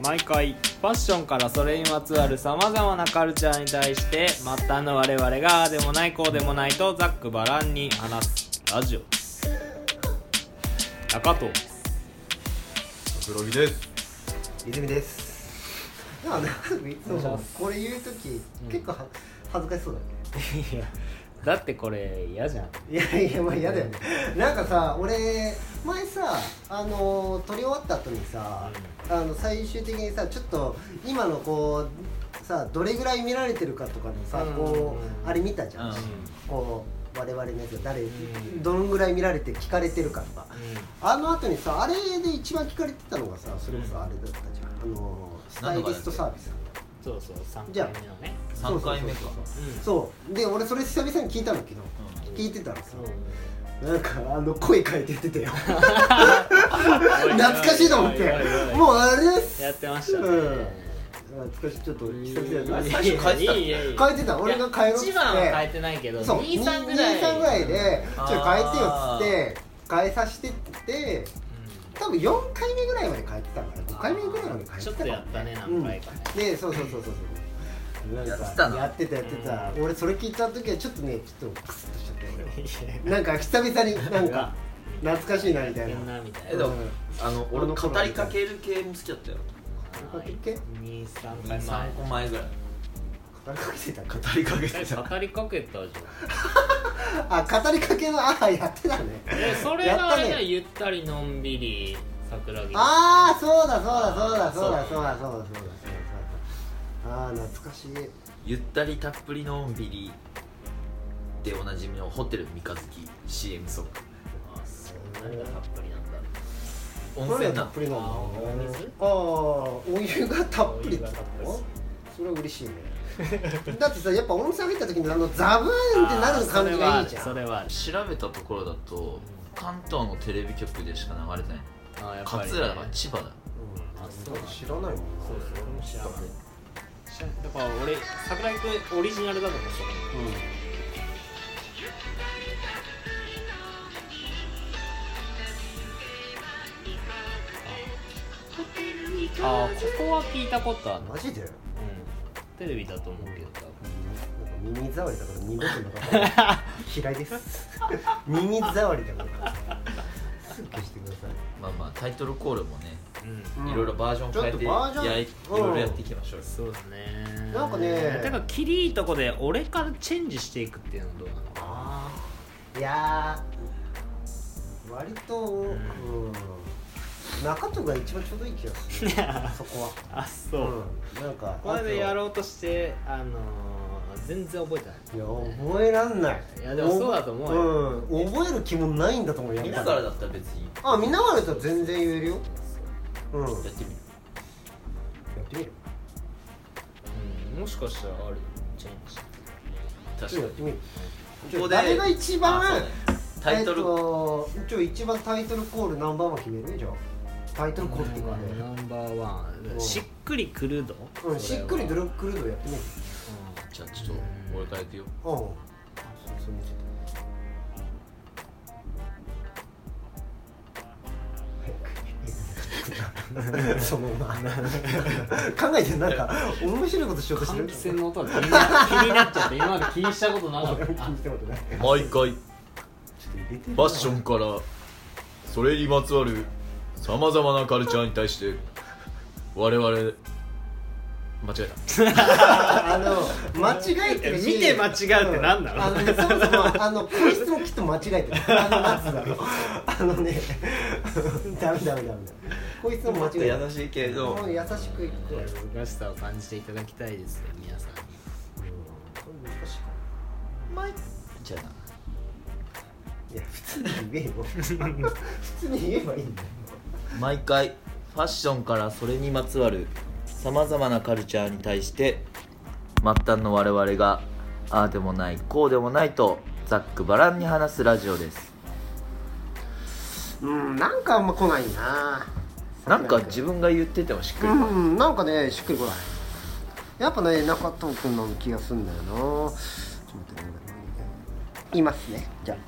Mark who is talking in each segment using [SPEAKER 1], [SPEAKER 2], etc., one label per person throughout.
[SPEAKER 1] 毎回ファッションからそれにまつわるさまざまなカルチャーに対して末端の我々がああでもないこうでもないとざっくばらんに話すラジオです高藤
[SPEAKER 2] 黒木です
[SPEAKER 3] 泉ですなんかねそうそうこれ言う時結構は恥ずかしそうだよね
[SPEAKER 1] いやだってこれ嫌じゃん
[SPEAKER 3] いやいやまあ嫌だよね なんかさ俺前さあの撮り終わった後にさあの最終的にさちょっと今のこうさどれぐらい見られてるかとかのさ
[SPEAKER 1] うん
[SPEAKER 3] こうあれ見たじゃんこう我々のやつ誰どのぐらい見られて聞かれてるかとかあの後にさあれで一番聞かれてたのがさそれこそあれだったじゃんあのスタイリストサービス
[SPEAKER 1] そうそう3
[SPEAKER 3] じゃあ
[SPEAKER 1] 回目のね
[SPEAKER 2] 3回目か
[SPEAKER 3] そうで俺それ久々に聞いたんだけど
[SPEAKER 1] うん
[SPEAKER 3] 聞いてたらさ
[SPEAKER 1] うん
[SPEAKER 3] なんかあの声変えて言ってたよ
[SPEAKER 1] うん
[SPEAKER 3] 懐かしいと思って
[SPEAKER 1] おいおいおいおい
[SPEAKER 3] もうあれです
[SPEAKER 1] やってましたね
[SPEAKER 3] うん懐かしいちょっと久々に
[SPEAKER 2] 最初変えてたっけ
[SPEAKER 1] いやいやいや
[SPEAKER 3] 変えてた俺が変えろっつっ
[SPEAKER 1] 一番は変え
[SPEAKER 3] て
[SPEAKER 1] てないけど
[SPEAKER 3] そう
[SPEAKER 1] 二三ぐらい
[SPEAKER 3] 二三ぐらいでちょっと変えてよっつ
[SPEAKER 2] あ
[SPEAKER 3] っ
[SPEAKER 2] ー
[SPEAKER 3] て変えさせてって多分4回目ぐらいまで変えてたから5回目ぐらいまで変えて
[SPEAKER 1] ちょっ
[SPEAKER 3] たか
[SPEAKER 1] と
[SPEAKER 3] も
[SPEAKER 1] やったね何回かね
[SPEAKER 3] でそうそうそうそうそうなんか
[SPEAKER 2] やってたな
[SPEAKER 3] やってたやってた、
[SPEAKER 1] う
[SPEAKER 3] 俺それ聞いた時はちょっとねちょっとクスッとしちゃった俺はいなんか久々になん
[SPEAKER 1] うわ
[SPEAKER 3] か懐かしいなみた
[SPEAKER 1] や
[SPEAKER 3] い
[SPEAKER 1] い
[SPEAKER 3] な
[SPEAKER 1] やんなみた
[SPEAKER 2] え
[SPEAKER 1] い
[SPEAKER 2] で
[SPEAKER 1] な
[SPEAKER 2] もあの俺の語りかける系も好きだったよ
[SPEAKER 3] 語りかけ
[SPEAKER 1] 二三回前
[SPEAKER 2] 3個前ぐらい
[SPEAKER 3] 語りかけてたか
[SPEAKER 2] 語りかけて
[SPEAKER 1] え
[SPEAKER 2] た
[SPEAKER 1] 語りかけたじ
[SPEAKER 3] あ語りかけのああやってたね
[SPEAKER 1] ゃんえそれ
[SPEAKER 3] やっ
[SPEAKER 1] があ
[SPEAKER 3] た
[SPEAKER 1] れだ
[SPEAKER 3] ね
[SPEAKER 1] ゆったりのんびり桜木
[SPEAKER 3] ああそうだそうだそうだそうだそうだそうだそうだそうだそうだああ懐かしい
[SPEAKER 2] ゆったりたっぷりのんびりでおなじみのホテル三日月 CM ソング
[SPEAKER 1] あそんなにがたっぷりなんだ
[SPEAKER 2] 温泉
[SPEAKER 3] た
[SPEAKER 2] な
[SPEAKER 3] っぷりなんだ
[SPEAKER 1] あーお水
[SPEAKER 3] ああお湯がたっぷりってこと
[SPEAKER 1] お湯がたっ
[SPEAKER 3] それは嬉 しいねだってさやっぱ温泉入った時にあのザブーンってなる感じがいいじゃん
[SPEAKER 1] それはある
[SPEAKER 2] 調べたところだと関東のテレビ局でしか流れてない
[SPEAKER 1] それはあるあーやっぱりね
[SPEAKER 2] 勝浦だから千葉だ
[SPEAKER 3] うん
[SPEAKER 1] あそうなんだ
[SPEAKER 3] 知らないもん
[SPEAKER 1] そ
[SPEAKER 3] な
[SPEAKER 1] うそう俺も知らない知らんだから俺桜井君オリジナルだと思ってたああここは聞いたことある
[SPEAKER 3] うん
[SPEAKER 1] な、
[SPEAKER 3] マジでなんか
[SPEAKER 1] テレビだと思うけど多分
[SPEAKER 3] 耳障りだから二度となかった嫌いです 耳障りだからすぐ消してください
[SPEAKER 2] まあまあタイトルコールもね
[SPEAKER 1] うん
[SPEAKER 3] うん
[SPEAKER 2] いろいろバージョン変えて
[SPEAKER 3] ちょっとバージョン
[SPEAKER 2] やいい
[SPEAKER 3] うん
[SPEAKER 2] ろいろやっていきましょうよ
[SPEAKER 1] そうだね
[SPEAKER 3] なんかね
[SPEAKER 1] てかキリいとこで俺からチェンジしていくっていうのはどうなのかない
[SPEAKER 3] やー割と、うん中戸が一番ちょうどいい気がするそこは
[SPEAKER 1] あそう、
[SPEAKER 3] ん、なんか
[SPEAKER 1] これでや
[SPEAKER 3] う
[SPEAKER 1] ろうとしてあのー、全然覚えてない
[SPEAKER 3] いや覚えらんない
[SPEAKER 1] いやでもそうだと思うよ
[SPEAKER 3] うん、覚える気もないんだと思うやっ
[SPEAKER 2] 見
[SPEAKER 3] ぱり
[SPEAKER 2] ながらだったら別に
[SPEAKER 3] あ見ながらだったら全然言えるようんや
[SPEAKER 2] やってみる
[SPEAKER 3] ってみる
[SPEAKER 1] うんもしかしたらあるチェンジ
[SPEAKER 3] ちょっ
[SPEAKER 2] 確
[SPEAKER 3] と
[SPEAKER 2] か
[SPEAKER 3] やっ
[SPEAKER 2] に
[SPEAKER 3] てみるち
[SPEAKER 2] ここ
[SPEAKER 3] ょ
[SPEAKER 2] で
[SPEAKER 3] 誰が一番
[SPEAKER 2] あそうだねタイトル、
[SPEAKER 3] えっとちょ一番タイトルコールナンバーワン決めるじゃあタイトルコールっていうかね
[SPEAKER 1] ナンバーワ
[SPEAKER 3] う
[SPEAKER 1] ン
[SPEAKER 3] ん
[SPEAKER 1] しっくりくるど
[SPEAKER 3] うんしっくりド
[SPEAKER 1] る
[SPEAKER 3] ルクルドやってみる
[SPEAKER 2] じゃあちょっと俺からいくよ
[SPEAKER 3] うんそうそう見せて早くそのまま 考えてなんか面白いことしようとしてる
[SPEAKER 1] 換気扇の音が気にな気になっちゃって今まで気にしたことなかっ
[SPEAKER 3] 俺 も気
[SPEAKER 1] た
[SPEAKER 3] にしたことない
[SPEAKER 2] 毎回フ
[SPEAKER 3] ちょっと入れて
[SPEAKER 2] ァッションからそれにまつわるさまざまなカルチャーに対して我々間違えた
[SPEAKER 3] あの間違えてるし
[SPEAKER 1] 見て間違うって何なの
[SPEAKER 3] あのねそもそもあのこいつもきっと間違えてるあのなんつうだろうあのねダメダメダメダメこいつも間違えてる
[SPEAKER 2] しいけ
[SPEAKER 3] もう優しくいくこれ
[SPEAKER 1] 難しさを感じていただきたいですよ皆さんに
[SPEAKER 3] 難しいか
[SPEAKER 2] じゃあない
[SPEAKER 3] や普通に言えよ普通に言えばいいんだよ
[SPEAKER 2] 毎回ファッションからそれにまつわるさまざまなカルチャーに対して末端の我々がああでもないこうでもないとざっくばらんに話すラジオです
[SPEAKER 3] うんなんかあんま来ないな
[SPEAKER 2] なんか自分が言っててもしっくりこない
[SPEAKER 3] うんなんかねしっくりこないやっぱね中藤君の気がすんだよなちょっと待ってね言いますねじゃあ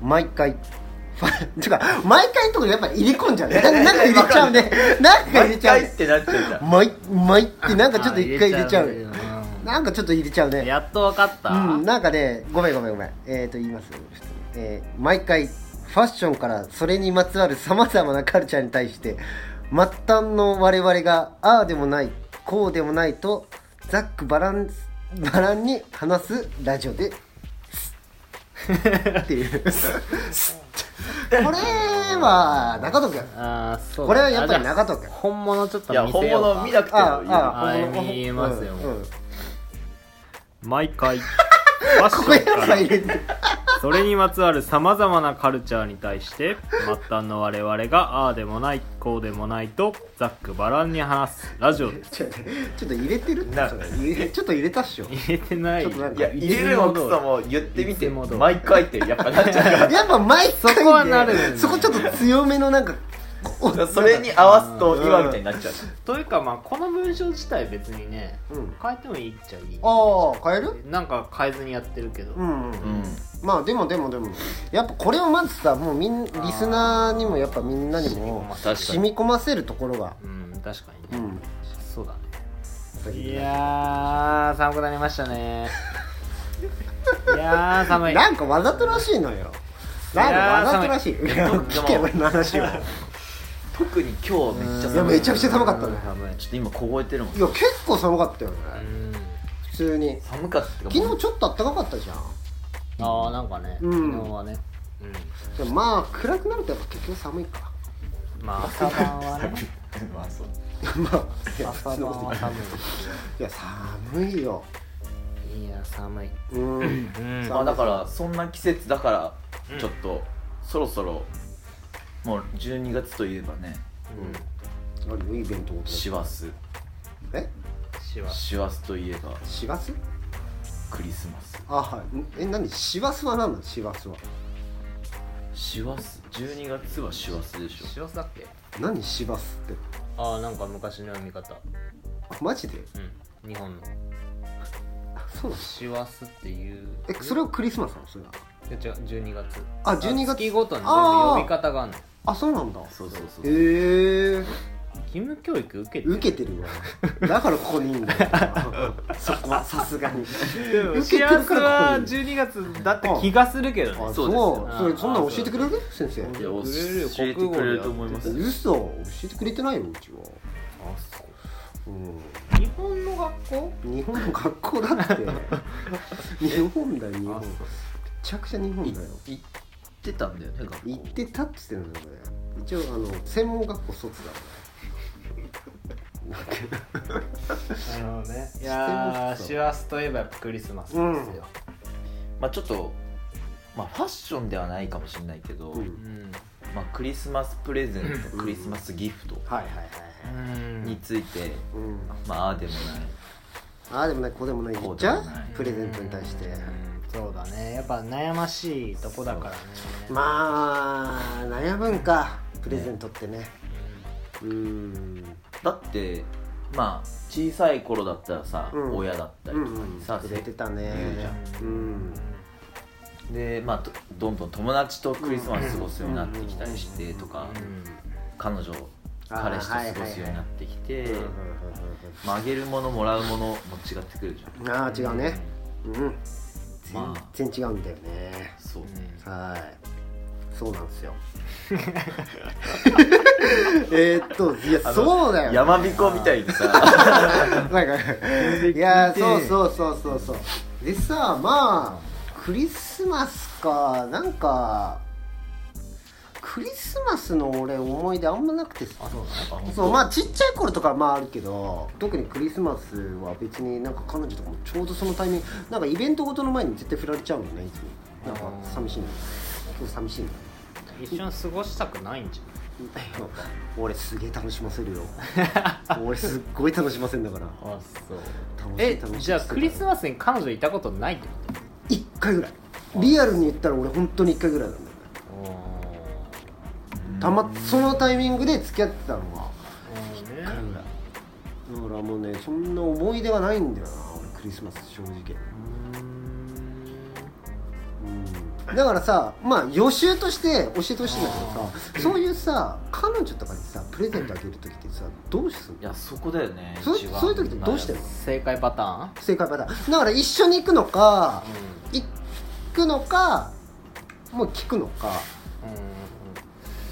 [SPEAKER 3] 毎回フ てか毎回のところやっぱ入れ込んじゃ うねなんか入れちゃうねなんか入れ
[SPEAKER 2] 毎
[SPEAKER 3] ちゃう
[SPEAKER 2] 回ってなっちゃうじゃん
[SPEAKER 3] 毎毎ってなん かちょっと一回入れちゃ
[SPEAKER 1] あ入れ
[SPEAKER 3] う
[SPEAKER 1] ちゃう
[SPEAKER 3] なんかちょっと入れちゃうね
[SPEAKER 1] やっとわかった、
[SPEAKER 3] うん、なんかねごめんごめんごめんえっ、と言います、えー毎回ファッションからそれにまつわるさまざまなカルチャーに対して末端の我々がああでもないこうでもないとざっくばらんバランに話すラジオですっていうこれは中戸君
[SPEAKER 1] あーそうだ
[SPEAKER 3] これはやっぱ
[SPEAKER 1] あ
[SPEAKER 3] り
[SPEAKER 1] じゃあ
[SPEAKER 3] 中戸君
[SPEAKER 1] 本物ちょっと
[SPEAKER 2] いや
[SPEAKER 1] 見せ
[SPEAKER 2] 本
[SPEAKER 1] ようか
[SPEAKER 2] 物見なくてもいいよ
[SPEAKER 1] あはい見えますよ
[SPEAKER 3] うんうん
[SPEAKER 1] 毎回 ファッシ
[SPEAKER 3] ここや
[SPEAKER 1] ョ
[SPEAKER 3] っ
[SPEAKER 1] ンか
[SPEAKER 3] ぱ入
[SPEAKER 1] ら
[SPEAKER 3] れて
[SPEAKER 1] それにまつわるさまざまなカルチャーに対して末端の我々がああでもないこうでもないとざっくばらんに話すラジオです
[SPEAKER 3] ちょっと入れてるって
[SPEAKER 2] な
[SPEAKER 3] それ入れちょっと入れたっしょ
[SPEAKER 1] 入れてない
[SPEAKER 3] ちょっとなん
[SPEAKER 2] い
[SPEAKER 3] か
[SPEAKER 2] や入れるのくそも言ってみて
[SPEAKER 1] いつも通り
[SPEAKER 2] 毎回ってやっぱなっちゃうから
[SPEAKER 3] やっぱ毎回で
[SPEAKER 1] そこはなるよね
[SPEAKER 3] そこちょっと強めのなんかお
[SPEAKER 2] それに合わすと今みたいになっちゃう、
[SPEAKER 1] というかまあこの文章自体別にね、
[SPEAKER 3] うん
[SPEAKER 1] 変えてもいいっちゃいい
[SPEAKER 3] ああ変える
[SPEAKER 1] なんか変えずにやってるけど、
[SPEAKER 3] うん、うん
[SPEAKER 2] うん、
[SPEAKER 3] まあでもでもでもやっぱこれをまずさもうみんリスナーにもやっぱみんなにも
[SPEAKER 2] 確かに
[SPEAKER 3] 染み込ませるところが
[SPEAKER 1] うん確か
[SPEAKER 3] う
[SPEAKER 1] にね、
[SPEAKER 3] ん
[SPEAKER 1] そうだねいやー寒くなりましたねいやー寒い
[SPEAKER 3] なんかわざとらしいのよなんかわざとらしいいや
[SPEAKER 2] や寒い
[SPEAKER 3] 聞け俺の話をい
[SPEAKER 2] 特に今日めっちゃ
[SPEAKER 3] や
[SPEAKER 2] 寒い
[SPEAKER 3] めちゃくちゃ寒かったね
[SPEAKER 1] 寒い
[SPEAKER 2] ちょっと今凍えてるもん
[SPEAKER 3] いや結構寒かったよね
[SPEAKER 1] うん
[SPEAKER 3] 普通に
[SPEAKER 2] 寒かったかも
[SPEAKER 3] 昨日ちょっと暖かかったじゃん
[SPEAKER 1] ああなんかね、
[SPEAKER 3] うん
[SPEAKER 1] 昨日はね、
[SPEAKER 3] でもまあ暗くなるとやっぱ結局寒いか
[SPEAKER 1] うん、まあ朝晩はね
[SPEAKER 2] まあそう
[SPEAKER 3] まあいや
[SPEAKER 1] 朝晩は寒いですよ
[SPEAKER 3] いや寒いよ
[SPEAKER 1] いや寒い、
[SPEAKER 3] うん
[SPEAKER 1] うん
[SPEAKER 2] まあだからそんな季節だからちょっとそろそろもう12月といえばね
[SPEAKER 3] 何いい弁当だ
[SPEAKER 2] 師走
[SPEAKER 3] え
[SPEAKER 1] しわ
[SPEAKER 2] 師走といえば
[SPEAKER 3] 師走
[SPEAKER 2] クリスマス
[SPEAKER 3] あはいんえ何師走は何なの師走は
[SPEAKER 2] 師走12月は師走でしょ
[SPEAKER 1] しわすだっけ
[SPEAKER 3] 何師走って
[SPEAKER 1] ああなんか昔の読み方
[SPEAKER 3] あマジで
[SPEAKER 1] うん日本の
[SPEAKER 3] あそうなの
[SPEAKER 1] 師走っていう
[SPEAKER 3] えそれをクリスマスなのそれはい
[SPEAKER 1] や違う12月
[SPEAKER 3] あ12月
[SPEAKER 1] 月ごとに全部
[SPEAKER 3] あー
[SPEAKER 1] 呼び方があるの
[SPEAKER 3] あそうなんだ
[SPEAKER 2] そうそうそう
[SPEAKER 3] えー、
[SPEAKER 1] 義務教育受けてる
[SPEAKER 3] 受けてるわだからここにいんだよそこはさすがに
[SPEAKER 1] でも
[SPEAKER 3] 受け
[SPEAKER 1] 師
[SPEAKER 3] てるから
[SPEAKER 1] 走は12月だった気がするけど
[SPEAKER 3] あ
[SPEAKER 1] ね
[SPEAKER 2] そうです
[SPEAKER 3] そうそれ
[SPEAKER 1] あ
[SPEAKER 3] そんなん教えてくれる先生
[SPEAKER 2] いや
[SPEAKER 1] くれるよ
[SPEAKER 2] 教えてくれると思いますよ
[SPEAKER 3] 嘘教えてくれてないようちは
[SPEAKER 1] あそう
[SPEAKER 3] う
[SPEAKER 1] 日本の学校
[SPEAKER 3] ん日本の学校だ って日本だよ日本めちゃくちゃ日本
[SPEAKER 2] い
[SPEAKER 3] だよ
[SPEAKER 2] 行ってたんだよね学校
[SPEAKER 3] 行ってたって言ってるんだよ俺一応あの専門学校卒だ
[SPEAKER 1] なるほどねい
[SPEAKER 3] や
[SPEAKER 1] や
[SPEAKER 3] ー
[SPEAKER 1] 師走といえばやっぱクリスマスですよ
[SPEAKER 2] まあちょっとまあファッションではないかもしれないけど、
[SPEAKER 3] うん
[SPEAKER 1] うん
[SPEAKER 2] まあ、クリスマスプレゼントクリスマスギフト
[SPEAKER 3] はいはいはいはい
[SPEAKER 2] について、
[SPEAKER 3] うん
[SPEAKER 2] まあああでもない
[SPEAKER 3] ああでもないこうでもない言っちゃうプレゼントに対して
[SPEAKER 1] うんそうだねやっぱ悩ましいとこだからね
[SPEAKER 3] まあ悩むんかプレゼントってねうん
[SPEAKER 2] だってまあ小さい頃だったらさ、
[SPEAKER 3] うん
[SPEAKER 2] 親だったり
[SPEAKER 3] う
[SPEAKER 2] と
[SPEAKER 3] ん
[SPEAKER 2] か
[SPEAKER 3] うん
[SPEAKER 2] にさ、
[SPEAKER 3] くれてたね
[SPEAKER 2] 言うじゃ
[SPEAKER 3] うん
[SPEAKER 2] で、まあ、とどんどん友達とクリスマス過ごすようになってきたりしてとか、
[SPEAKER 1] うん
[SPEAKER 2] 彼女彼氏と過ごすようになってきて、
[SPEAKER 3] うんうん
[SPEAKER 2] まあ、あげるものもらうものも違ってくるじゃん
[SPEAKER 3] うんうんああ違うねうん
[SPEAKER 2] まあ
[SPEAKER 3] 全然違うんだよね
[SPEAKER 2] そうね、
[SPEAKER 3] はいそうなん ですよえーっといやそうだよね
[SPEAKER 2] やまびこみたいにさ
[SPEAKER 3] なんかいやそうそうそうそうそうでさまあクリスマスかなんかクリスマスの俺思い出あんまなくてさ
[SPEAKER 1] そうだね
[SPEAKER 3] そうまあちっちゃい頃とかはまああるけど特にクリスマスは別になんか彼女とかもちょうどそのタイミングなんかイベントごとの前に絶対振られちゃうのねいつもなんか寂しいの今日寂しいの
[SPEAKER 1] 一緒に過ごしたくないんじ
[SPEAKER 3] 俺すげえ楽しませる よ俺すっごい楽しませんだから
[SPEAKER 2] あそう
[SPEAKER 1] ゃ
[SPEAKER 3] 楽
[SPEAKER 1] ん
[SPEAKER 3] しい
[SPEAKER 1] え
[SPEAKER 3] 楽しい
[SPEAKER 1] じゃあクリスマスに彼女いたことないってこ
[SPEAKER 3] 一回ぐらいリアルに言ったら俺本当に一回ぐらいなんだよねたまそのタイミングで付き合ってたのは
[SPEAKER 1] と
[SPEAKER 3] 一回ぐらいだからもうねそんな思い出はないんだよな俺クリスマス正直うんだからさまあ予習として教えてほしいんだけどさそういうさ彼女とかにさプレゼントあげる時ってさどうする
[SPEAKER 2] いやそこだよね
[SPEAKER 3] そ
[SPEAKER 2] 一番
[SPEAKER 3] そういう時ってどうしてるの
[SPEAKER 1] 正解パターン
[SPEAKER 3] 正解パターンだから一緒に行くのか行くのかもう聞くのか
[SPEAKER 1] うん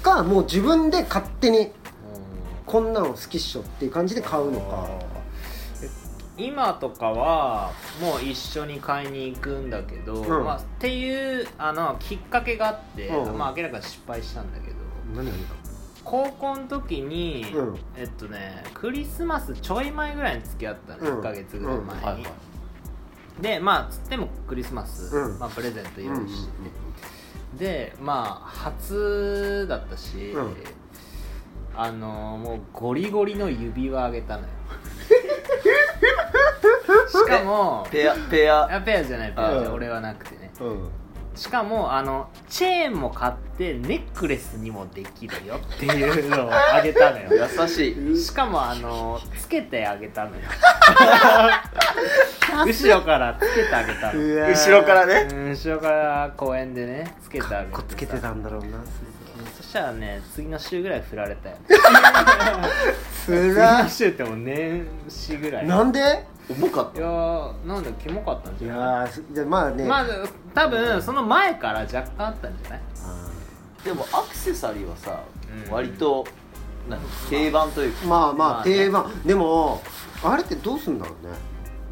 [SPEAKER 3] かもう自分で勝手にこんなの好きっしょっていう感じで買うのか
[SPEAKER 1] 今とかはもう一緒に買いに行くんだけど、
[SPEAKER 3] うん
[SPEAKER 1] まあ、っていうあのきっかけがあって、
[SPEAKER 3] うん
[SPEAKER 1] まあ、明らかに失敗したんだけど
[SPEAKER 3] 何がいいか
[SPEAKER 1] 高校の時に、
[SPEAKER 3] うん
[SPEAKER 1] えっとねクリスマスちょい前ぐらいに付き合ったの、
[SPEAKER 3] うん
[SPEAKER 1] 1ヶ月ぐらい前に、
[SPEAKER 2] はいはい
[SPEAKER 1] でまあつってもクリスマス、
[SPEAKER 3] うん
[SPEAKER 1] まあ、プレゼント用意してて、でまあ初だったし、
[SPEAKER 3] うん
[SPEAKER 1] あのもうゴリゴリの指輪あげた のよしかも
[SPEAKER 2] ペアペア
[SPEAKER 1] あペアじゃないペアじゃない
[SPEAKER 3] うん
[SPEAKER 1] 俺はなくてね
[SPEAKER 3] うんうん
[SPEAKER 1] しかもあのチェーンも買ってネックレスにもできるよっていうのをあげたのよ
[SPEAKER 2] 優しい
[SPEAKER 1] しかもあのつけてあげた のよ後ろからつけてあげたの
[SPEAKER 3] うわー
[SPEAKER 2] 後ろからね
[SPEAKER 1] うん後ろから公園でねつけてあ
[SPEAKER 3] か
[SPEAKER 1] げ
[SPEAKER 3] ってこ
[SPEAKER 1] さ
[SPEAKER 3] つけてたんだろうな
[SPEAKER 1] そしたらね次の週ぐらい振られたよね
[SPEAKER 3] つ
[SPEAKER 1] 次
[SPEAKER 3] ら
[SPEAKER 1] の
[SPEAKER 3] っ
[SPEAKER 1] 週ってもう年始ぐらい
[SPEAKER 3] なんで
[SPEAKER 2] 重かっ
[SPEAKER 1] いやーなんだキモかったん
[SPEAKER 3] い
[SPEAKER 1] じゃな
[SPEAKER 3] やーすじゃあまあ
[SPEAKER 1] い
[SPEAKER 3] ね、
[SPEAKER 1] まず多分その前から若干あったんじゃない
[SPEAKER 3] あ
[SPEAKER 2] たでもアクセサリーはさ、
[SPEAKER 1] うん
[SPEAKER 2] 割となんか定番というか
[SPEAKER 3] ーまあま
[SPEAKER 1] ま
[SPEAKER 3] あ
[SPEAKER 1] あね
[SPEAKER 3] 定番、でもあれってどうすんだろうね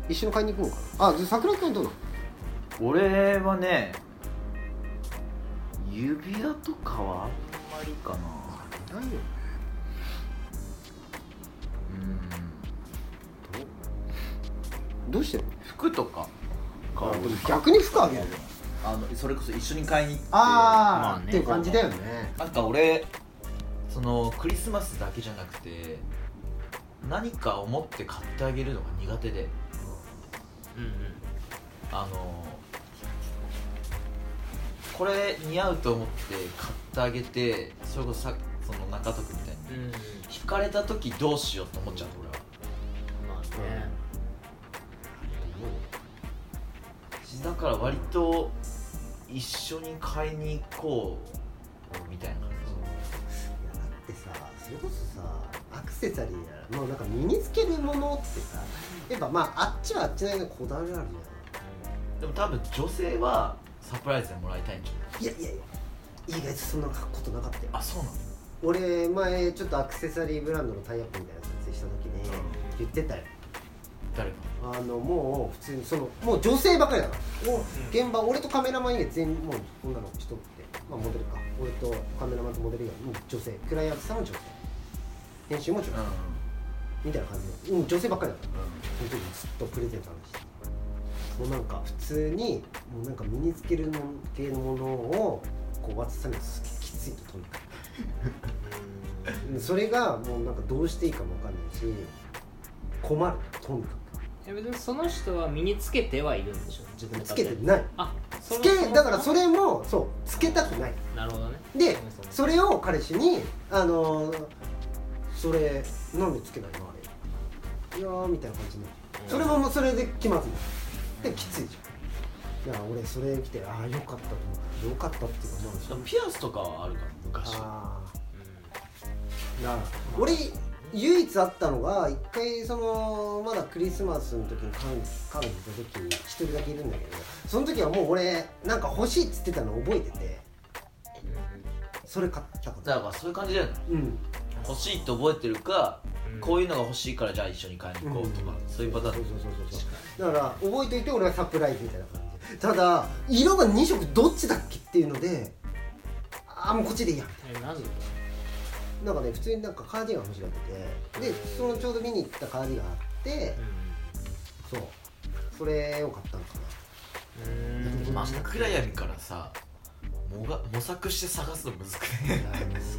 [SPEAKER 3] 一緒に買いに行くのかなあで桜井君はどうなの
[SPEAKER 2] 俺はね指輪とかはあんまりかな
[SPEAKER 3] ないよ
[SPEAKER 2] うん
[SPEAKER 3] どうしてるの
[SPEAKER 2] 服とか
[SPEAKER 3] あでも逆に服あげるよ
[SPEAKER 2] あのそれこそ一緒に買いに行って
[SPEAKER 1] ま
[SPEAKER 3] あ
[SPEAKER 1] あ
[SPEAKER 3] ー
[SPEAKER 1] ね
[SPEAKER 3] っていう感じだよね
[SPEAKER 2] なんか俺そのクリスマスだけじゃなくて何か思って買ってあげるのが苦手で
[SPEAKER 1] うん
[SPEAKER 2] あのこれ似合うと思って買ってあげてそれこそさその中徳みたい
[SPEAKER 1] うん
[SPEAKER 2] に
[SPEAKER 1] うん
[SPEAKER 2] 引かれた時どうしようと思っちゃう俺は
[SPEAKER 1] まあね
[SPEAKER 2] だから割と一緒に買いに行こうみたいな感
[SPEAKER 3] いやだってさそれこそさアクセサリーやらもうなんか身につけるものってさやっぱまああっちはあっちなりのこだわりある
[SPEAKER 2] じでも多分女性はサプライズでもらいたいんじゃない
[SPEAKER 3] じゃんいやいやいや意外とそんなことなかったよ
[SPEAKER 2] あそうなの
[SPEAKER 3] 俺前ちょっとアクセサリーブランドのタイアップみたいなの撮影した時に
[SPEAKER 2] うん
[SPEAKER 3] 言ってたよ
[SPEAKER 2] 誰か
[SPEAKER 3] あのもう普通にそのもう女性ばっかりだから、もう現場俺とカメラマン以外全員もう女の子一人ってまあモデルか俺とカメラマンとモデル以外もう女性クライアントさんも女性編集も女性、みたいな感じで、うん、女性ばっかりだったその時ずっとプレゼント話してもうなんか普通にもうなんか身につけるの系のものをこう渡されるのすげえきついととにかくうんそれがもうなんかどうしていいかもわかんないし困るとにか
[SPEAKER 1] いや別にその人は身につけてはいるんでしょ自分
[SPEAKER 3] く
[SPEAKER 1] で
[SPEAKER 3] つ
[SPEAKER 1] 買
[SPEAKER 3] け
[SPEAKER 1] って
[SPEAKER 3] ない
[SPEAKER 1] あ
[SPEAKER 3] つけだからそ
[SPEAKER 1] れ
[SPEAKER 3] れもそうつけたくない
[SPEAKER 1] なるほどね
[SPEAKER 3] で
[SPEAKER 1] そ
[SPEAKER 3] それを彼氏に「あのーそれなんでつけないのあれ」いやーみたいな感じになるそれももうそれで気まずいできついじゃんいや俺それ来てああよかったと思ったよかったっていうかまあ
[SPEAKER 2] でもピアスとかはあるかも昔
[SPEAKER 3] あーなあ俺唯一あったのが一回そのまだクリスマスの時に彼女彼女いた時に一人だけいるんだけどその時はもう俺なんか欲しいっつってたの覚えててそれ買ったことあ
[SPEAKER 2] だからそういう感じだよね
[SPEAKER 3] るうん
[SPEAKER 2] 欲しいって覚えてるか、
[SPEAKER 1] うん
[SPEAKER 2] こういうのが欲しいからじゃあ一緒に買いに行こうとか、そういうパターン
[SPEAKER 3] そうそうそうそう
[SPEAKER 2] 確か
[SPEAKER 3] だから覚えといて俺はサプライズみたいな感じただ色が2色どっちだっけっていうのでああもうこっちでいいや
[SPEAKER 1] えなんで
[SPEAKER 3] なんかね普通になんかカーディガン欲しがっててでそのちょうど見に行ったカーディガンあってそうそれを買ったのか
[SPEAKER 1] うん
[SPEAKER 2] に真っ暗闇からさもが模索して探すの難くね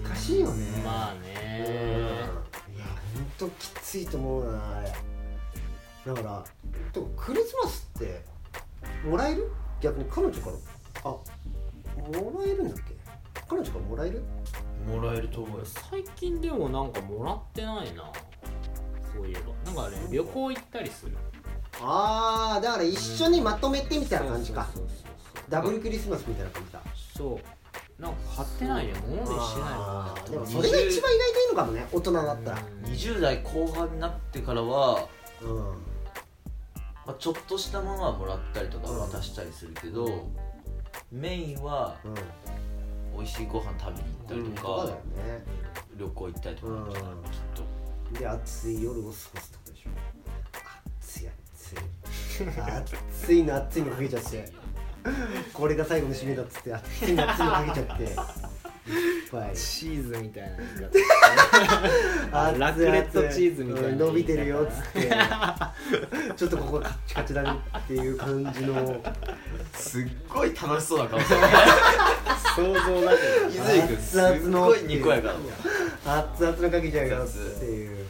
[SPEAKER 3] な難しいよね
[SPEAKER 1] まあ
[SPEAKER 3] うんい
[SPEAKER 1] ね
[SPEAKER 3] やほんときついと思うなあれだからでもクリスマスってもらえる逆に彼女からあもらえるんだっけ彼女からもらえる
[SPEAKER 2] もらえると思うよ
[SPEAKER 1] 最近でもなんかもらってないなそういえばなんかね旅行行ったりする
[SPEAKER 3] ああだから一緒にまとめてみたいな感じか
[SPEAKER 1] そうそうそう
[SPEAKER 3] ダブルクリスマスみたいな感じだ
[SPEAKER 1] そうなんか買ってないよ物でしてないもんね
[SPEAKER 3] でもそれが一番意外といいのかもね大人だったら
[SPEAKER 2] 20代後半になってからは、
[SPEAKER 3] うん
[SPEAKER 2] まあ、ちょっとしたものはもらったりとか
[SPEAKER 3] うん
[SPEAKER 2] 渡したりするけど、メインは
[SPEAKER 3] うん
[SPEAKER 2] 美味しいご飯食べに行ったりと
[SPEAKER 3] そう
[SPEAKER 2] か、
[SPEAKER 3] だよね
[SPEAKER 2] 旅行行ったりとかなんじゃない
[SPEAKER 3] うん
[SPEAKER 2] きっと
[SPEAKER 3] で暑い夜を過ごすってことでしょ暑い暑い暑いの暑いのかけちゃってこれが最後の締めだっつって暑いの暑いのかけちゃっていっぱい
[SPEAKER 1] チーズみたいなやつが
[SPEAKER 3] あ
[SPEAKER 1] ラクレットチーズみたいな
[SPEAKER 3] 伸びてるよっつってちょっとここカッチカチだねっていう感じの
[SPEAKER 2] すっごい楽しそうな顔して
[SPEAKER 1] 想像だけ
[SPEAKER 2] 伊
[SPEAKER 1] ど
[SPEAKER 3] や
[SPEAKER 1] な
[SPEAKER 2] 豆君すっごいにこやかだもん
[SPEAKER 3] 熱々のかけちゃうよっていう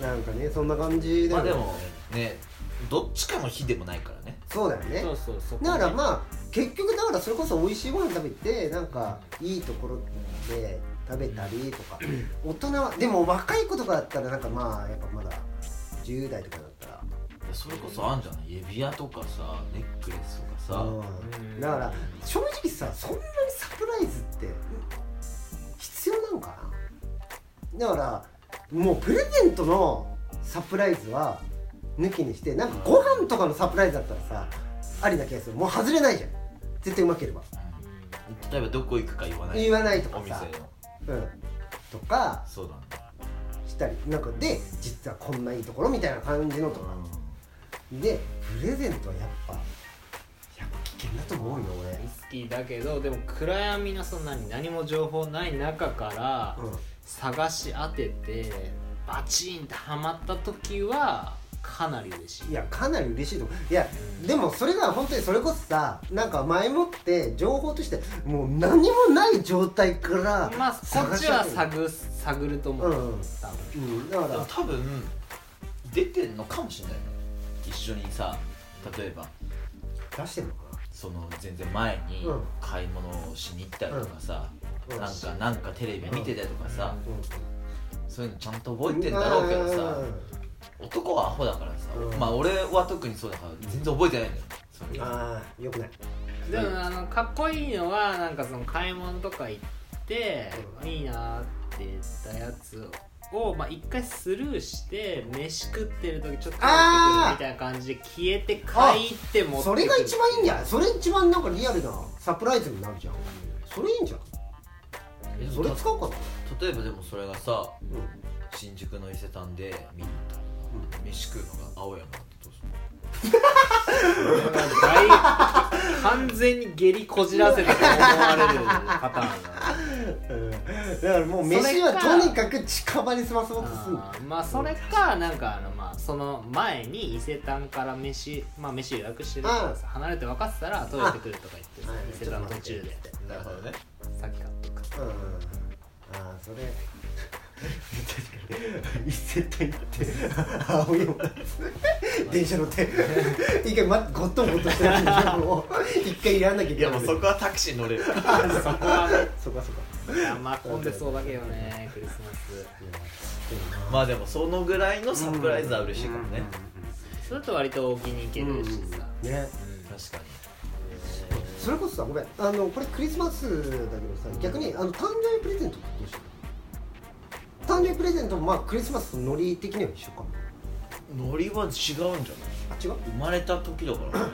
[SPEAKER 3] なんかねそんな感じだ
[SPEAKER 2] まあ
[SPEAKER 3] よね
[SPEAKER 2] でもねどっちかの日でもないからね
[SPEAKER 3] そうだよね
[SPEAKER 1] そうそうそこね
[SPEAKER 3] だからまあ結局だからそれこそ美味しいご飯食べてなんかいいところで食べたりとか大人はでも若い子とかだったらなんかまあやっぱまだ10代とかだったら
[SPEAKER 2] それこそあんじゃない指輪とかさネックレスとかさ、
[SPEAKER 3] うんだから正直さそんなにサプライズって必要なのかなだからもうプレゼントのサプライズは抜きにしてなんかご飯とかのサプライズだったらさありな気がするもう外れないじゃん絶対うまければ
[SPEAKER 2] うん例えばどこ行くか言わない
[SPEAKER 3] 言わないとか
[SPEAKER 2] お店
[SPEAKER 3] さ
[SPEAKER 2] の
[SPEAKER 3] うんとか
[SPEAKER 2] そうなんだ
[SPEAKER 3] したりなんかで実はこんないいところみたいな感じのとかでプレゼントはやっぱやっぱ危険だと思うよ俺
[SPEAKER 1] リスキーだけどでも暗闇のそんなに何も情報ない中から
[SPEAKER 3] うん
[SPEAKER 1] 探し当ててバチンってハマった時はかなり嬉しい
[SPEAKER 3] いやかなり嬉しいと思ういやでもそれが本当にそれこそさなんか前もって情報としてもう何もない状態から
[SPEAKER 1] まあこっちは
[SPEAKER 3] 探
[SPEAKER 1] 探す探ると思う、
[SPEAKER 3] うんうん
[SPEAKER 1] 多分
[SPEAKER 3] うんだか
[SPEAKER 2] でも
[SPEAKER 3] ら
[SPEAKER 2] 多分出てんのかもしれないね一緒にさ例えば
[SPEAKER 3] 出してんのか
[SPEAKER 2] その全然前に
[SPEAKER 3] うん
[SPEAKER 2] 買い物をしに行ったりとかさ、
[SPEAKER 3] うん
[SPEAKER 2] なんかなんかテレビ見てたりとかさ、そういうのちゃんと覚えてん
[SPEAKER 3] な
[SPEAKER 2] だろうけどさ、
[SPEAKER 3] うん
[SPEAKER 2] 男はアホだからさ、
[SPEAKER 3] うん
[SPEAKER 2] まあ俺は特にそうだから全然覚えてないんだよそれ
[SPEAKER 3] ああよくない
[SPEAKER 1] でもあのかっこいいのはなんかその買い物とか行っていいなって言ったやつをまあ、一回スルーして飯食ってる時ちょっと食べてくるみ
[SPEAKER 3] あー
[SPEAKER 1] たいな感じで消えて買い入って持ってくる
[SPEAKER 3] それが一番いいんじゃないそれ一番なんかリアルなサプライズになるじゃんそれいいんじゃん
[SPEAKER 2] え
[SPEAKER 3] それ使おうかな
[SPEAKER 2] 例えばでもそれがさ
[SPEAKER 3] うん
[SPEAKER 2] 新宿の伊勢丹で見に行ったりとか飯食うのが青山だってどうする
[SPEAKER 1] これは大完全に下痢こじらせたと思われるパターンだな
[SPEAKER 3] うんだからもう飯は
[SPEAKER 1] それか
[SPEAKER 3] とにかく近場に済まそうとすんの
[SPEAKER 1] あーまあそれかなんかあのまあその前に伊勢丹から飯まあ飯予約してるからさ離れて分かってたらトイレてくるとか言ってさ
[SPEAKER 3] はい
[SPEAKER 1] 伊勢丹の途中で
[SPEAKER 2] なるほどね
[SPEAKER 1] 先買っとく
[SPEAKER 3] うんああそれ伊勢丹行って青山 電車乗って 一回まごっとんごっとしてるんだけどもう一回やらなきゃい
[SPEAKER 2] い
[SPEAKER 3] け
[SPEAKER 2] や
[SPEAKER 3] な
[SPEAKER 2] も
[SPEAKER 3] いう
[SPEAKER 2] そこはタクシーに乗れる
[SPEAKER 1] そこはね
[SPEAKER 3] そこはそこ
[SPEAKER 1] まあ混んでそうだけどねクリスマス
[SPEAKER 3] いやでも な
[SPEAKER 2] まあでもそのぐらいのサプライズは嬉しいからね、
[SPEAKER 1] それと割と大きに行け
[SPEAKER 3] うんうん
[SPEAKER 1] る
[SPEAKER 3] うん
[SPEAKER 1] し
[SPEAKER 3] うん
[SPEAKER 1] さ
[SPEAKER 3] ね
[SPEAKER 2] 確かに
[SPEAKER 3] それこそさごめんあのこれクリスマスだけどさ逆にあの誕生日プレゼントってどうしよう誕生日プレゼントもまあクリスマスとノリ的には一緒か
[SPEAKER 2] ノリは違うんじゃない
[SPEAKER 3] あ違う
[SPEAKER 2] 生まれた時だ からね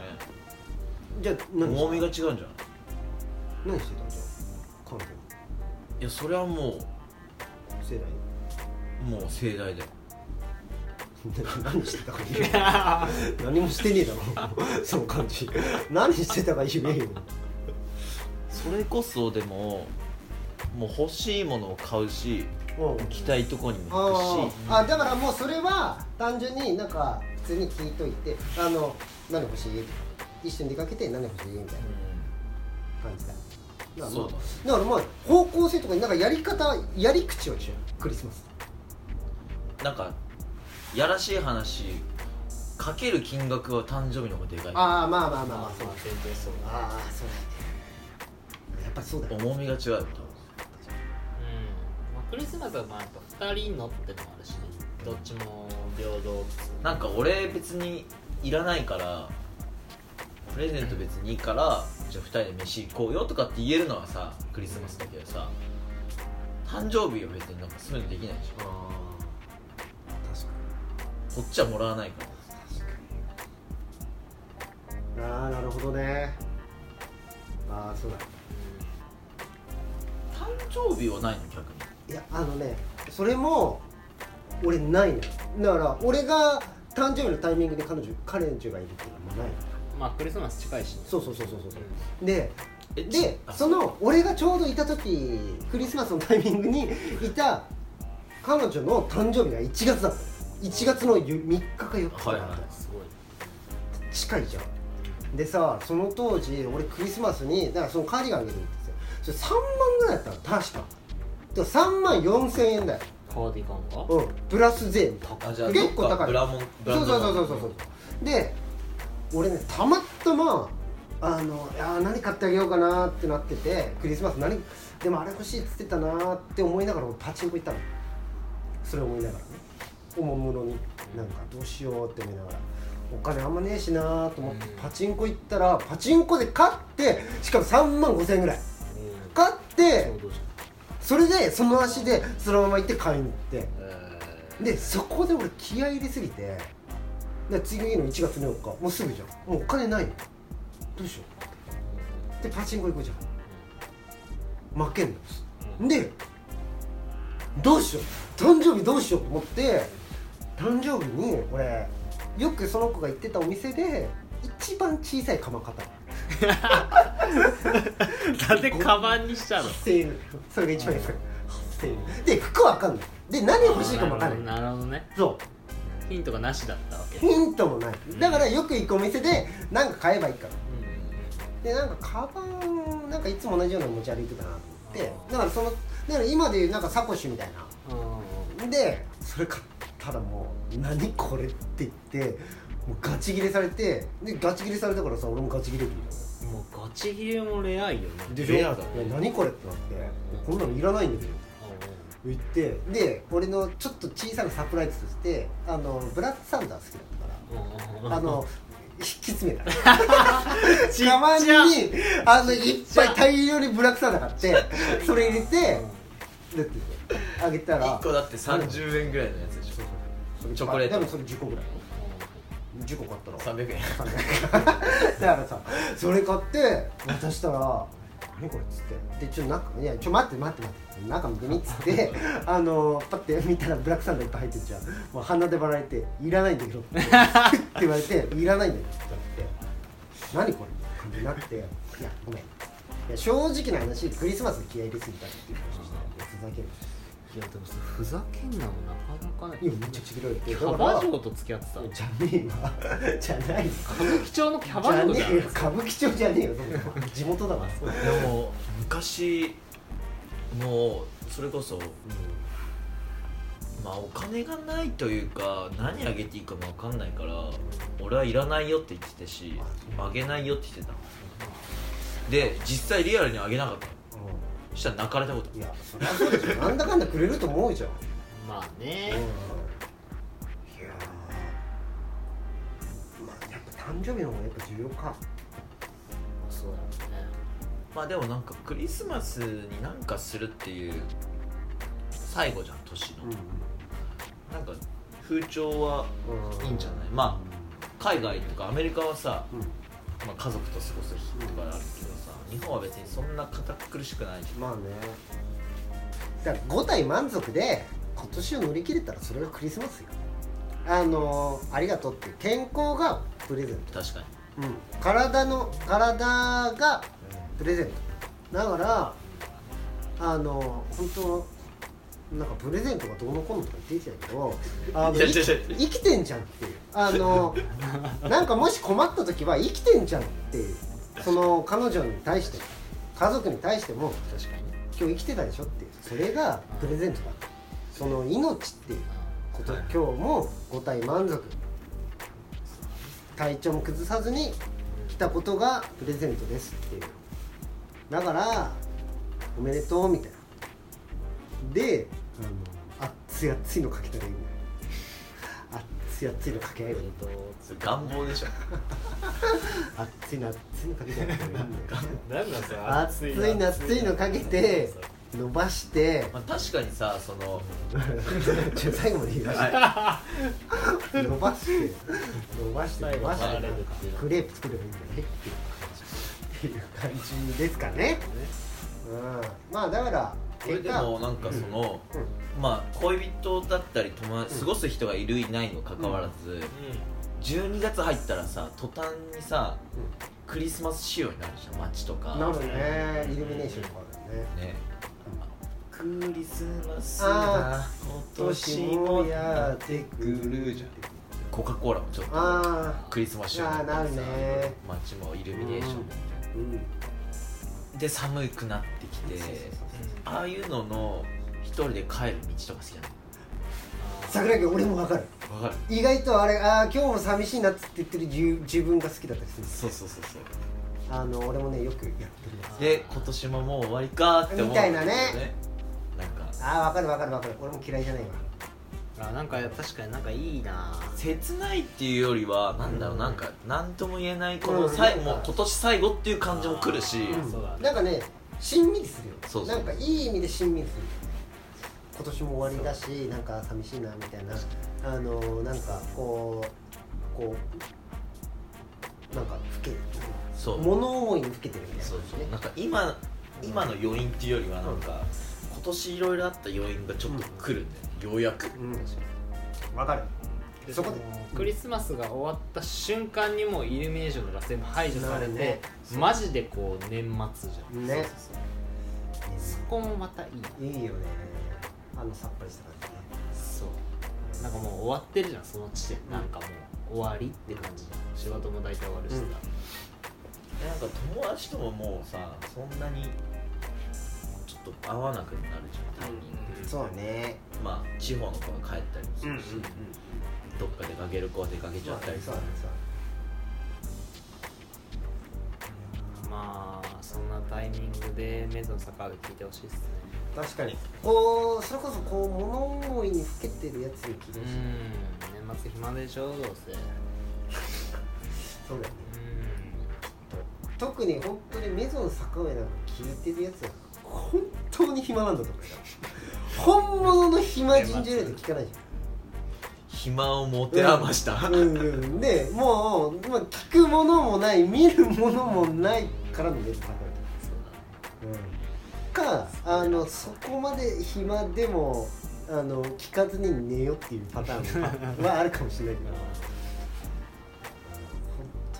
[SPEAKER 3] じゃあ何
[SPEAKER 2] 重みが違うんじゃない
[SPEAKER 3] 何してたんじゃあ彼女
[SPEAKER 2] いやそれはも
[SPEAKER 3] 世代
[SPEAKER 2] うもう盛大だよ
[SPEAKER 3] 何してたか言え よ何もしてねえだろその感じ何してたか言えよ
[SPEAKER 2] それこそでももう欲しいものを買うし
[SPEAKER 3] うん
[SPEAKER 2] 着たいとこにも行
[SPEAKER 3] あ
[SPEAKER 2] くし
[SPEAKER 3] ああだからもうそれは単純になんか普通に聞いといてあの何欲しい一緒に出かけて何欲しいみたいな感じだだからも
[SPEAKER 2] そう
[SPEAKER 3] だからまあ方向性とかなんかやり方やり口をしようクリスマス
[SPEAKER 2] うんなんかやらしい話かける金額は誕生日の方がでかい
[SPEAKER 3] ああまあまあま
[SPEAKER 1] ま
[SPEAKER 3] あ
[SPEAKER 1] あ
[SPEAKER 3] ま
[SPEAKER 1] ま
[SPEAKER 3] あ
[SPEAKER 1] あ
[SPEAKER 3] そうだ
[SPEAKER 1] 全然そうだ
[SPEAKER 3] ああそうだねやっぱそうだよ
[SPEAKER 2] 重みが違うよ
[SPEAKER 1] うんまあクリスマスはまあやっぱ2人のってのもあるしねどっちも平等っつう
[SPEAKER 2] なんか俺別にいらないからプレゼント別にいいからじゃあ2人で飯行こうよとかって言えるのはさクリスマスだけどさ誕生日は別になんかそういうのできないでし
[SPEAKER 3] あ確か
[SPEAKER 2] ょこっちはもらわないから
[SPEAKER 3] にああなるほどねああそうだ
[SPEAKER 2] 誕生日はないの逆に
[SPEAKER 3] いやあのねそれも俺ないのよだから俺が誕生日のタイミングで彼女彼女がいるっていうのもないの
[SPEAKER 1] まあクリスマス近いしね
[SPEAKER 3] そうそうそうそうそうそうで
[SPEAKER 2] え
[SPEAKER 3] で
[SPEAKER 2] あ
[SPEAKER 3] その俺がちょうどいた時クリスマスのタイミングにいた彼女の誕生日が1月だったの1月のゆ3日か4日だったの
[SPEAKER 2] はいはい
[SPEAKER 1] すごい
[SPEAKER 3] 近いじゃんでさその当時俺クリスマスにだからそのカーディガンあげてるんですよそれ3万ぐらいだったの確かで3万4000円だよ
[SPEAKER 1] カーディガンが
[SPEAKER 3] うんプラス税高
[SPEAKER 2] あじゃあ
[SPEAKER 3] 結構
[SPEAKER 2] どっか
[SPEAKER 3] 高い
[SPEAKER 2] ブラモンブラ
[SPEAKER 3] そう
[SPEAKER 2] ン
[SPEAKER 3] そ
[SPEAKER 2] ドの
[SPEAKER 3] うそうそうそうそうで俺ねたまたまあのいやー何買ってあげようかなってなっててクリスマス何でもあれ欲しいっつってたなーって思いながら俺パチンコ行ったのそれ思いながらねおもむろになんかどうしようって思いながらお金あんまねえしなーと思って
[SPEAKER 1] うん
[SPEAKER 3] パチンコ行ったらパチンコで勝ってしかも3万5000円ぐらい
[SPEAKER 1] うん
[SPEAKER 3] 勝って
[SPEAKER 1] そうどうし
[SPEAKER 3] それでその足でそのまま行って買いに行って
[SPEAKER 2] え
[SPEAKER 3] でそこで俺気合い入れすぎてで次の1月の4日もうすぐじゃんもうお金ないのどうしようでパチンコ行こうじゃん負けんのでどうしよう誕生日どうしようと思って誕生日に俺よくその子が行ってたお店で一番小さい釜買ったの
[SPEAKER 1] たなんでカバンにしたの
[SPEAKER 3] 8000円それが一番安かった8000円で服わかんないで何欲しいかもわかんない
[SPEAKER 1] なるほどね
[SPEAKER 3] そう
[SPEAKER 1] ヒントがなしだったわけ
[SPEAKER 3] ヒントもないだからよく行くお店で何か買えばいいからでなんかカバンなんかいつも同じようなの持ち歩いてたなと思ってだからそのだから今でいうなんかサコッシュみたいなでそれ買ったらもう「何これ」って言ってもうガチギレされてでガチギレされたからさ俺もガチギレるじ
[SPEAKER 1] うんもうガチ切れもレアいよね
[SPEAKER 3] ゃん
[SPEAKER 2] で
[SPEAKER 3] しょ
[SPEAKER 2] レアだね
[SPEAKER 3] いや何これってなってこんなのいらないんだけど言ってで俺のちょっと小さなサプライズとしてあのブラックサンダー好きだった
[SPEAKER 1] う
[SPEAKER 3] から
[SPEAKER 1] ん
[SPEAKER 3] あの引き詰め た
[SPEAKER 1] ちっちゃ
[SPEAKER 3] たまにあのいっぱい大量にブラックサンダー買 ってそれ入れてだってあげたら
[SPEAKER 2] 1個だって30円ぐらいのやつでし
[SPEAKER 3] それいっぱい
[SPEAKER 2] チョコレート
[SPEAKER 3] でもそれ10個ぐらい10個買ったら
[SPEAKER 2] ょ300円
[SPEAKER 3] だからさそれ買って渡したら「何これ」っつって「でちょっと中いやちょ待って待って待って中見てみ」っつ ってあのパッて見たらブラックサンダーいっぱい入ってるじゃんもう鼻で笑えて「いらないんだけ ど」って言われて「いらないんだよ」って言って「何これ」ってなって「いやごめん」いや正直な話クリスマスに気合い入れすぎたっていう話したいやふざける
[SPEAKER 1] いやでもそれふざけんなもなかなかない
[SPEAKER 3] いやめちゃくちゃ広いって
[SPEAKER 1] キャバ嬢と付き合ってたの
[SPEAKER 3] じゃねえわじゃないよ
[SPEAKER 1] 歌舞伎町のキャ
[SPEAKER 3] じ
[SPEAKER 1] バ
[SPEAKER 3] ゃ
[SPEAKER 1] 嬢
[SPEAKER 3] ね
[SPEAKER 1] じゃん
[SPEAKER 3] えよ歌舞伎町じゃねえよそんな地元だわ
[SPEAKER 2] でも昔のそれこそまあお金がないというか何あげていいかも分かんないから俺はいらないよって言ってたしあげないよって言ってたで実際リアルにあげなかったそしたら泣かれたことある
[SPEAKER 3] いやそりゃそうでしょなんだかんだくれると思うじゃん、
[SPEAKER 1] まあ
[SPEAKER 3] いや
[SPEAKER 1] ね
[SPEAKER 3] ーまあやっぱ誕生日の方がやっぱ重要か
[SPEAKER 1] そうだね
[SPEAKER 2] まあでもなんかクリスマスになんかするっていう最後じゃん年の、なんか風潮は
[SPEAKER 3] うん
[SPEAKER 2] いいんじゃないまあ海外とかアメリカはさ、
[SPEAKER 3] うん
[SPEAKER 2] まあ、家族と過ごす日とかあるけどさ日本は別にそんな堅苦しくないじゃん
[SPEAKER 3] まあねだから5体満足で今年を乗り切れたらそれがクリスマスよあのーありがとうっていう健康がプレゼント
[SPEAKER 2] 確かに
[SPEAKER 3] 体の体がプレゼントだからあの本当なんかプレゼントがどうのこうのとか言ってきたけどあの
[SPEAKER 2] いや
[SPEAKER 3] 生き
[SPEAKER 2] 違う違う違う
[SPEAKER 3] 生きてんじゃんっていうあのなんかもし困った時は生きてんじゃんっていうその彼女に対して家族に対しても
[SPEAKER 1] 確かに
[SPEAKER 3] 今日生きてたでしょっていうそれがプレゼントだその命っていうこと今日も五体満足体調も崩さずに来たことがプレゼントですっていうだからおめでとうみたいなであの熱い熱いのかけたらいいんだよ熱熱い熱いのかけないで
[SPEAKER 2] それ願望でしょ
[SPEAKER 3] 熱いの熱いのかけてない方がいいんだよ
[SPEAKER 1] なんだそれ
[SPEAKER 3] 熱いの熱いのかけて伸ばして
[SPEAKER 2] まあ確かにさその
[SPEAKER 3] ちょ 最後まで言いました伸ばして伸ばして伸ばし
[SPEAKER 1] 最後
[SPEAKER 3] て
[SPEAKER 1] 回れるっていう
[SPEAKER 3] クレープ作ればいいんじゃないっていう感じっていう感じですかねうんまあだから
[SPEAKER 2] これでもなんかその、
[SPEAKER 3] うん
[SPEAKER 2] まあ恋人だったり友達過ごす人がいるいないにもかかわらず、12月入ったらさ途端にさクリスマス仕様になるじゃん街とか
[SPEAKER 3] なるほどねイルミネーションとかだよね
[SPEAKER 2] ねクリスマス
[SPEAKER 3] あ
[SPEAKER 2] が今年もやってくるじゃんコカ・コーラもちょっと
[SPEAKER 3] あ
[SPEAKER 2] クリスマス仕様になってさ
[SPEAKER 3] あーなるね
[SPEAKER 2] 街もイルミネーションみたい
[SPEAKER 3] あうん
[SPEAKER 2] なで寒くなってきてああいうのの一人で帰る道とか好きな
[SPEAKER 3] 桜木俺もわかる
[SPEAKER 2] のわかる
[SPEAKER 3] 意外とあれあー今日も寂しいなっつって言ってる自自分が好きだったりするんです
[SPEAKER 2] そうそうそうそう
[SPEAKER 3] あの俺もねよくやってる
[SPEAKER 2] で今年ももう終わりかって思う
[SPEAKER 3] みたいなね
[SPEAKER 2] なんか
[SPEAKER 3] ああわかるわかるわかる俺も嫌いじゃないわ
[SPEAKER 1] あなんか確かになんかいいな
[SPEAKER 2] 切ないっていうよりはなんだろう、なんか何とも言えないこの
[SPEAKER 3] うん
[SPEAKER 2] 最後、もう今年最後っていう感じも来るし、
[SPEAKER 1] あーそうだね
[SPEAKER 3] なんかねしんみりするよ
[SPEAKER 2] そうそう
[SPEAKER 3] なんかいい意味でしんみりする今年も終わりだしなんか寂しいなみたいなあのーなんかこうこうなんか老け
[SPEAKER 2] そう
[SPEAKER 3] 物思いに老けてるみたいな
[SPEAKER 2] そうそうなんか今今の余韻っていうよりはなんか、今年いろいろあった余韻がちょっと来るんだよね、ようやく
[SPEAKER 3] うんわかる
[SPEAKER 1] で
[SPEAKER 3] そこで
[SPEAKER 1] のクリスマスが終わった瞬間にもうイルミネーションの螺旋も排除されて、
[SPEAKER 3] なるね
[SPEAKER 1] マジでこう年末じゃん
[SPEAKER 3] ね
[SPEAKER 1] そこもまたいいない
[SPEAKER 3] いよねあのさっぱりした感じね
[SPEAKER 1] そうなんかもう終わってるじゃんその地点、なんかもう終わりって感じじゃん仕事も大体終わるしさ、
[SPEAKER 3] うん
[SPEAKER 2] なんか友達とももうさそんなにちょっと会わなくなるじゃんタイミングで、
[SPEAKER 3] そうだね
[SPEAKER 2] まあ地方の子が帰ったりもするし、どっか出かける子は出かけちゃったり
[SPEAKER 3] そ
[SPEAKER 2] さ
[SPEAKER 3] うだねそうだね
[SPEAKER 1] まあそんなタイミングで「メゾン坂上」聞いてほしいですね
[SPEAKER 3] 確かにこうそれこそこう物思いに老けてるやつに気がす
[SPEAKER 1] う
[SPEAKER 3] る
[SPEAKER 1] ん年末暇でしょどうせ
[SPEAKER 3] そうだよね
[SPEAKER 1] う
[SPEAKER 3] 特に本当にメゾン坂上なんか聞いてるやつは本当に暇なんだと思うよ本物の暇人じゃないと聞かないじ
[SPEAKER 2] 暇を持て余した、
[SPEAKER 3] ゃん、うんうん、でもうもう聞くものもない見るものもないからのメゾン坂上、うん、かあのそこまで暇でもあの聞かずに寝よっていうパターンははあるかもしれないけど本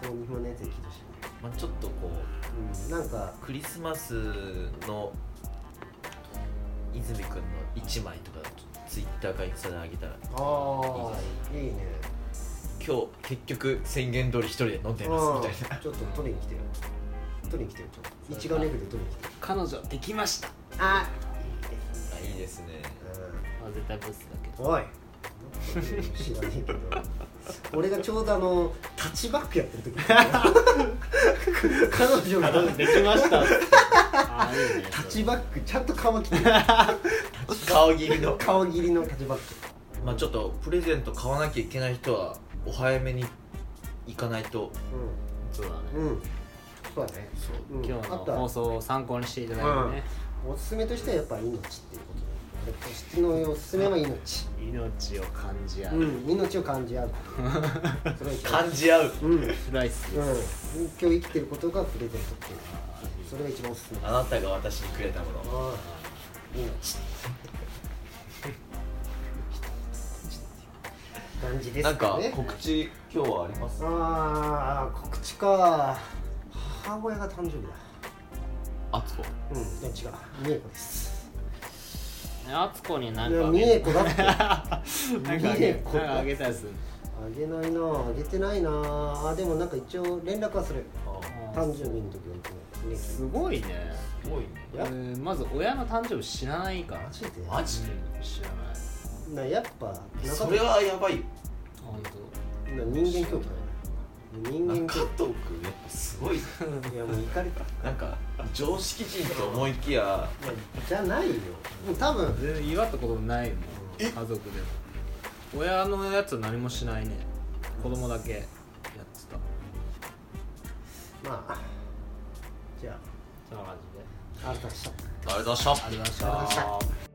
[SPEAKER 3] 当に暇なやつに聞いてほしい
[SPEAKER 2] まあ、ちょっとこう
[SPEAKER 3] うん、なんか
[SPEAKER 2] クリスマスの泉くんの1枚とかツイッターかインスタであげたら
[SPEAKER 3] ああいいね
[SPEAKER 2] 今日結局宣言通り一人で飲んでますみたいな
[SPEAKER 3] ちょっと取りに来てる取りに来てるちょっと一眼レフで取りに来てる
[SPEAKER 1] 彼女できました、
[SPEAKER 3] あ
[SPEAKER 2] あいいですね
[SPEAKER 1] まあ、絶対ブスだけど
[SPEAKER 3] おい知らねえけど俺がちょうどあのタッチバックやってる時彼女が
[SPEAKER 1] できました ああいいね
[SPEAKER 3] タッチバックちゃんと顔切り
[SPEAKER 2] 顔切りの
[SPEAKER 3] 顔切りのタッチバック
[SPEAKER 2] まあちょっとプレゼント買わなきゃいけない人はお早めに行かないと
[SPEAKER 1] そうだね、
[SPEAKER 3] うんうんそうだね
[SPEAKER 2] そう
[SPEAKER 3] うん
[SPEAKER 1] 今日の
[SPEAKER 3] あと
[SPEAKER 1] 放
[SPEAKER 3] は
[SPEAKER 1] 送を参考にしていただいてね、
[SPEAKER 3] おすすめとしてはやっぱ命っていうことだね私のおすすめは命
[SPEAKER 1] 命を感じ合う、
[SPEAKER 3] うん命を感じ合うそれは一番
[SPEAKER 2] 感じ合う
[SPEAKER 3] うん
[SPEAKER 1] フライス
[SPEAKER 3] う
[SPEAKER 1] で
[SPEAKER 3] ん、
[SPEAKER 1] す、
[SPEAKER 3] 今日生きてることがプレゼントっていうそれが一番おすすめ
[SPEAKER 2] あなたが私にくれたもの
[SPEAKER 3] ああいいの感じです
[SPEAKER 2] なんか
[SPEAKER 3] ね
[SPEAKER 2] 告知今日はあります
[SPEAKER 3] ああ告知か母親が誕生日だ
[SPEAKER 2] あつこ
[SPEAKER 3] うんいや違う三重子です
[SPEAKER 1] あつこにないん
[SPEAKER 3] や
[SPEAKER 1] かあ
[SPEAKER 3] 三
[SPEAKER 1] げ
[SPEAKER 3] 重子だってあ
[SPEAKER 1] なんかあげ
[SPEAKER 3] 見えこ
[SPEAKER 1] なんかあげたやつ
[SPEAKER 3] げないなあげてないなああでもなんか一応連絡はする誕生日の時は言って
[SPEAKER 1] すごいね
[SPEAKER 2] すごいね
[SPEAKER 3] ない
[SPEAKER 1] え
[SPEAKER 3] いや
[SPEAKER 1] ーまず親の誕生日知らないから
[SPEAKER 3] マジで
[SPEAKER 2] マジで
[SPEAKER 1] 知らない
[SPEAKER 3] なやっぱなかった
[SPEAKER 2] それはやばいよ
[SPEAKER 1] 本
[SPEAKER 3] な人間教育だね人間
[SPEAKER 2] 加
[SPEAKER 3] 教
[SPEAKER 2] 藤君やっぱすごいね
[SPEAKER 3] 育いやもう怒りたい
[SPEAKER 2] なんか常識人と思いきや
[SPEAKER 3] やじゃないよもう多分
[SPEAKER 1] 当。全然祝ったことないもん
[SPEAKER 2] え
[SPEAKER 1] 家族でも親のやつは何もしないね子供だけやってた
[SPEAKER 3] まあじゃ
[SPEAKER 1] そんな感じで
[SPEAKER 3] あ改めました
[SPEAKER 2] ありがとうございました
[SPEAKER 1] ありがとうござい
[SPEAKER 3] あ
[SPEAKER 1] ま
[SPEAKER 3] りがとうござい
[SPEAKER 1] し
[SPEAKER 3] ま
[SPEAKER 1] た
[SPEAKER 3] した